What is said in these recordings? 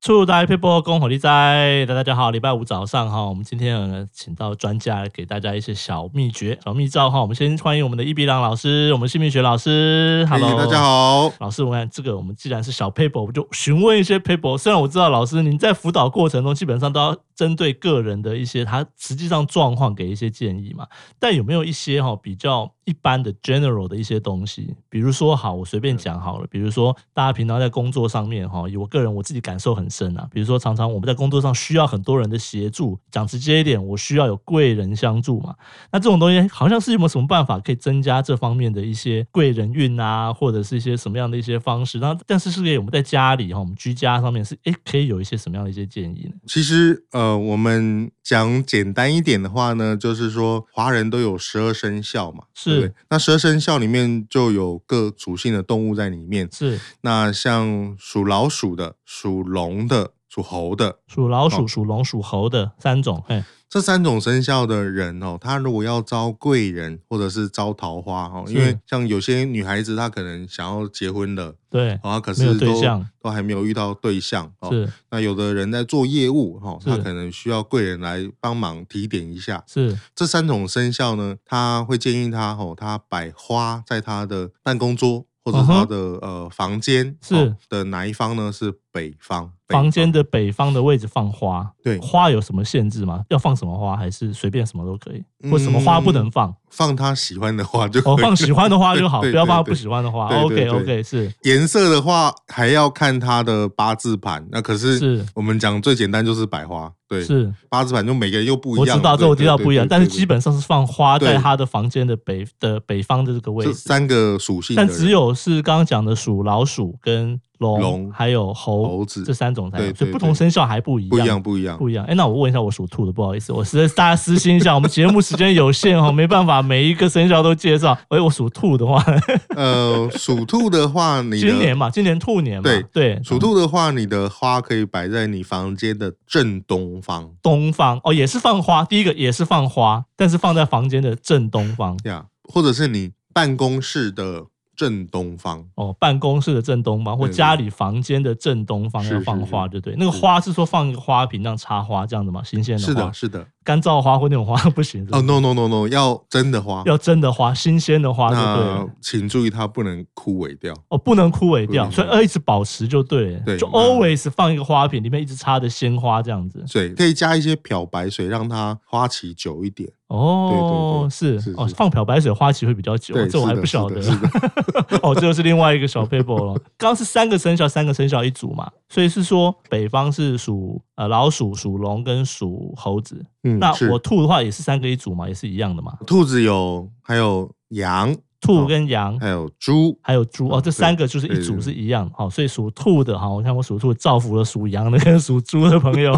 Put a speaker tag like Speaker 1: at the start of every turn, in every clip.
Speaker 1: 出来 people 恭候你在，大家好，礼拜五早上哈，我们今天有请到专家来给大家一些小秘诀、小秘招哈。我们先欢迎我们的易比朗老师，我们新民学老师，Hello，、
Speaker 2: 大家。好。
Speaker 1: 老师，我看这个，我们既然是小 paper，我就询问一些 paper。虽然我知道老师您在辅导过程中，基本上都要针对个人的一些他实际上状况给一些建议嘛，但有没有一些哈、比较一般的 general 的一些东西？比如说，好，我随便讲好了，比如说大家平常在工作上面哈、以我个人我自己感受很深啊，比如说常常我们在工作上需要很多人的协助，讲直接一点，我需要有贵人相助嘛，那这种东西好像是有没有什么办法可以增加这方面的一些贵人运啊，或者是一些什么样的一些方式？那但是是不是我们在家里哈，我们居家上面是诶可以有一些什么样的一些建议呢？
Speaker 2: 其实呃，我们讲简单一点的话呢，就是说华人都有十二生肖嘛，对不
Speaker 1: 是
Speaker 2: 对？那十二生肖里面就有各属性的动物在里面。
Speaker 1: 是，
Speaker 2: 那像属老鼠的、属龙的、属猴的
Speaker 1: 属老鼠、
Speaker 2: 哦
Speaker 1: 属龙、属猴的三种，嘿，
Speaker 2: 这三种生肖的人哦，他如果要招贵人或者是招桃花哦，
Speaker 1: 是
Speaker 2: 因为像有些女孩子她可能想要结婚了，
Speaker 1: 对，
Speaker 2: 啊、可
Speaker 1: 没有
Speaker 2: 是
Speaker 1: 对
Speaker 2: 都
Speaker 1: 象
Speaker 2: 都还没有遇到对象哦，
Speaker 1: 是
Speaker 2: 那有的人在做业务哈、哦，他
Speaker 1: 是
Speaker 2: 可能需要贵人来帮忙提点一下。
Speaker 1: 是
Speaker 2: 这三种生肖呢，他会建议他哦，他摆花在他的办公桌或者是
Speaker 1: 嗯
Speaker 2: 他
Speaker 1: 哼
Speaker 2: 的、呃房间
Speaker 1: 是
Speaker 2: 哦的哪一方呢？是北方。北
Speaker 1: 房间的北方的位置放花，
Speaker 2: 对
Speaker 1: 花有什么限制吗？要放什么花，还是随便什么都可以？或什么花不能放？
Speaker 2: 放他喜欢的花嗯啊就可以
Speaker 1: 哦，放喜欢的花就好，不
Speaker 2: 对对
Speaker 1: 要放
Speaker 2: 对
Speaker 1: 不喜欢的花。
Speaker 2: 对
Speaker 1: OK
Speaker 2: 对
Speaker 1: OK，是
Speaker 2: 颜色的话还要看他的八字盘。那可是
Speaker 1: 是
Speaker 2: 我们讲最简单就是百花，对，
Speaker 1: 是。
Speaker 2: 八字盘就每个人又不一
Speaker 1: 我
Speaker 2: 样。
Speaker 1: 知道这我
Speaker 2: 对
Speaker 1: 知道
Speaker 2: 对
Speaker 1: 不一样，
Speaker 2: 对对
Speaker 1: 但是
Speaker 2: 对
Speaker 1: 基本上是放花在
Speaker 2: 对
Speaker 1: 他的房间的北的北方的这个位
Speaker 2: 这
Speaker 1: 置，
Speaker 2: 三个属性的
Speaker 1: 但
Speaker 2: 人，
Speaker 1: 只有是刚刚讲的属老鼠跟龙
Speaker 2: 龙
Speaker 1: 还有猴
Speaker 2: 猴子
Speaker 1: 这三种才有，
Speaker 2: 对
Speaker 1: 所以
Speaker 2: 对
Speaker 1: 不同
Speaker 2: 对
Speaker 1: 生肖还不一
Speaker 2: 不一样，
Speaker 1: 样。
Speaker 2: 不一样。
Speaker 1: 不一样，哎，那我问一下，我属兔的，不好意思，我实在是大家私心一下，我们节目时间有限哦，没办法每一个生肖都介绍。 哎，我属兔的话，
Speaker 2: 呃，属兔的话，你
Speaker 1: 今年
Speaker 2: 的
Speaker 1: 嘛，今年兔年嘛，
Speaker 2: 对
Speaker 1: 对，
Speaker 2: 属兔的话，你的花可以摆在你房间的正东方
Speaker 1: 东方哦，也是放花，第一个也是放花，但是放在房间的正东方
Speaker 2: 呀或者是你办公室的正东方。
Speaker 1: 哦，办公室的正东方或
Speaker 2: 对对
Speaker 1: 家里房间的正东方
Speaker 2: 是
Speaker 1: 要放
Speaker 2: 是是
Speaker 1: 花，对不对？那个花是说放一个花瓶，让插花这样的吗？新鲜的花，
Speaker 2: 是的，是的。
Speaker 1: 干燥花或那种花 不行，是不
Speaker 2: 哦、
Speaker 1: 是
Speaker 2: n o no no no，要真的花。
Speaker 1: 要真的花，新鲜的花就对了
Speaker 2: 那。请注意，它不能枯萎掉。
Speaker 1: 哦，不能枯萎掉，
Speaker 2: 不能枯
Speaker 1: 所
Speaker 2: 萎
Speaker 1: 以要一直保持就对了，
Speaker 2: 对
Speaker 1: 就
Speaker 2: 嗯
Speaker 1: always 放一个花瓶，里面一直插着鲜花这样子。
Speaker 2: 水可以加一些漂白水，让它花期久一点。
Speaker 1: 哦，是
Speaker 2: 是
Speaker 1: 哦
Speaker 2: 是，
Speaker 1: 放漂白水花期会比较久，
Speaker 2: 对
Speaker 1: 这我还
Speaker 2: 是的
Speaker 1: 不晓
Speaker 2: 是
Speaker 1: 得
Speaker 2: 的是。
Speaker 1: 哦，这就是另外一个小 paper 了。刚刚是三个生肖，三个生肖一组嘛，所以是说北方是属呃老鼠、属龙跟属猴子。
Speaker 2: 嗯，
Speaker 1: 那
Speaker 2: 是
Speaker 1: 我兔的话也是三个一组嘛，也是一样的嘛。
Speaker 2: 兔子有，还有羊，
Speaker 1: 兔跟羊
Speaker 2: 还有猪。
Speaker 1: 还有猪哦，这
Speaker 2: 对
Speaker 1: 三个就是一
Speaker 2: 对
Speaker 1: 组
Speaker 2: 对
Speaker 1: 是一样，好、所以属兔的哈，我看我属兔造福了属羊的跟属猪的 朋友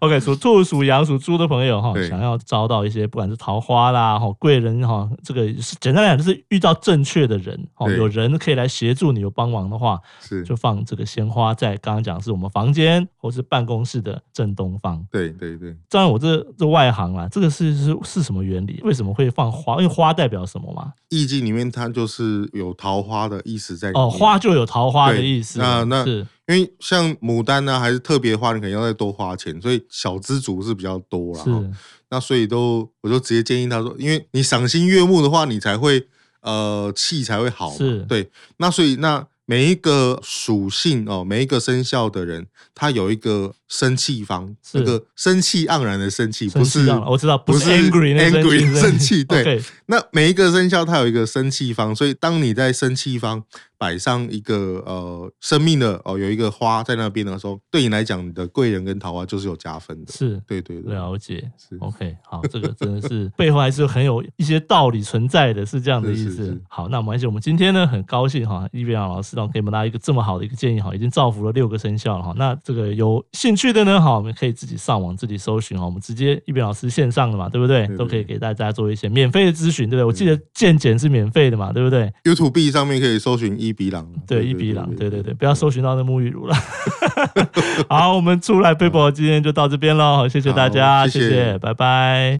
Speaker 1: ，OK，属兔、属羊、属猪的朋友哈，
Speaker 2: 对
Speaker 1: 想要招到一些不管是桃花啦、哈贵人哈，这个是简单来讲就是遇到正确的人哦，
Speaker 2: 对
Speaker 1: 有人可以来协助你有帮忙的话，
Speaker 2: 是，
Speaker 1: 就放这个鲜花在刚刚讲是我们房间或是办公室的正东方。
Speaker 2: 对对对。
Speaker 1: 当然我这这外行啦，这个是是是什么原理？为什么会放花？因为花代表什么嘛？
Speaker 2: 易经里面它就是有桃花的意思在里面
Speaker 1: 哦，花，就有桃花的
Speaker 2: 对
Speaker 1: 意思
Speaker 2: 那
Speaker 1: 嘛。
Speaker 2: 那
Speaker 1: 是
Speaker 2: 因为像牡丹呢、还是特别花，你可能要再多花钱，所以小资族是比较多啦。哦
Speaker 1: 是
Speaker 2: 那所以都我就直接建议他说，因为你赏心悦目的话，你才会呃气才会好嘛，
Speaker 1: 是
Speaker 2: 对。那所以那每一个属性哦，每一个生肖的人，他有一个生气方，
Speaker 1: 是
Speaker 2: 那个生气盎然的生气，
Speaker 1: 生
Speaker 2: 不
Speaker 1: 气
Speaker 2: 是
Speaker 1: 让我知道，不
Speaker 2: 不
Speaker 1: 是
Speaker 2: 是
Speaker 1: angry 那个
Speaker 2: angry
Speaker 1: 气
Speaker 2: 生气对
Speaker 1: OK，
Speaker 2: 那每一个生肖它有一个生气方，所以当你在生气方摆上一个呃生命的哦、有一个花在那边的时候，对你来讲，你的贵人跟桃花就是有加分的。
Speaker 1: 是
Speaker 2: 对对对，
Speaker 1: 了解
Speaker 2: 是。
Speaker 1: OK，好，这个真的是背后还是很有一些道理存在的，是这样的意
Speaker 2: 是是
Speaker 1: 思
Speaker 2: 是。
Speaker 1: 好，那没关系，我们今天呢很高兴哈，易边阳老师让给我们大家一个这么好的一个建议哈，已经造福了六个生肖了哈。那这个有兴趣的呢，哈，我们可以自己上网自己搜寻哈，我们直接易边老师线上的嘛，对不对？
Speaker 2: 对对
Speaker 1: 都可以给大家做一些免费的咨询，对不对？我记得健检是免费的嘛，对不对？
Speaker 2: YouTube 上面可以搜寻伊比朗，
Speaker 1: 对，一比朗，对对对，不要搜寻到那沐浴乳了。 好，我们出来贝博今天就到这边喽，谢谢大
Speaker 2: 好
Speaker 1: 家，
Speaker 2: 谢
Speaker 1: 谢
Speaker 2: 谢
Speaker 1: 谢，拜拜。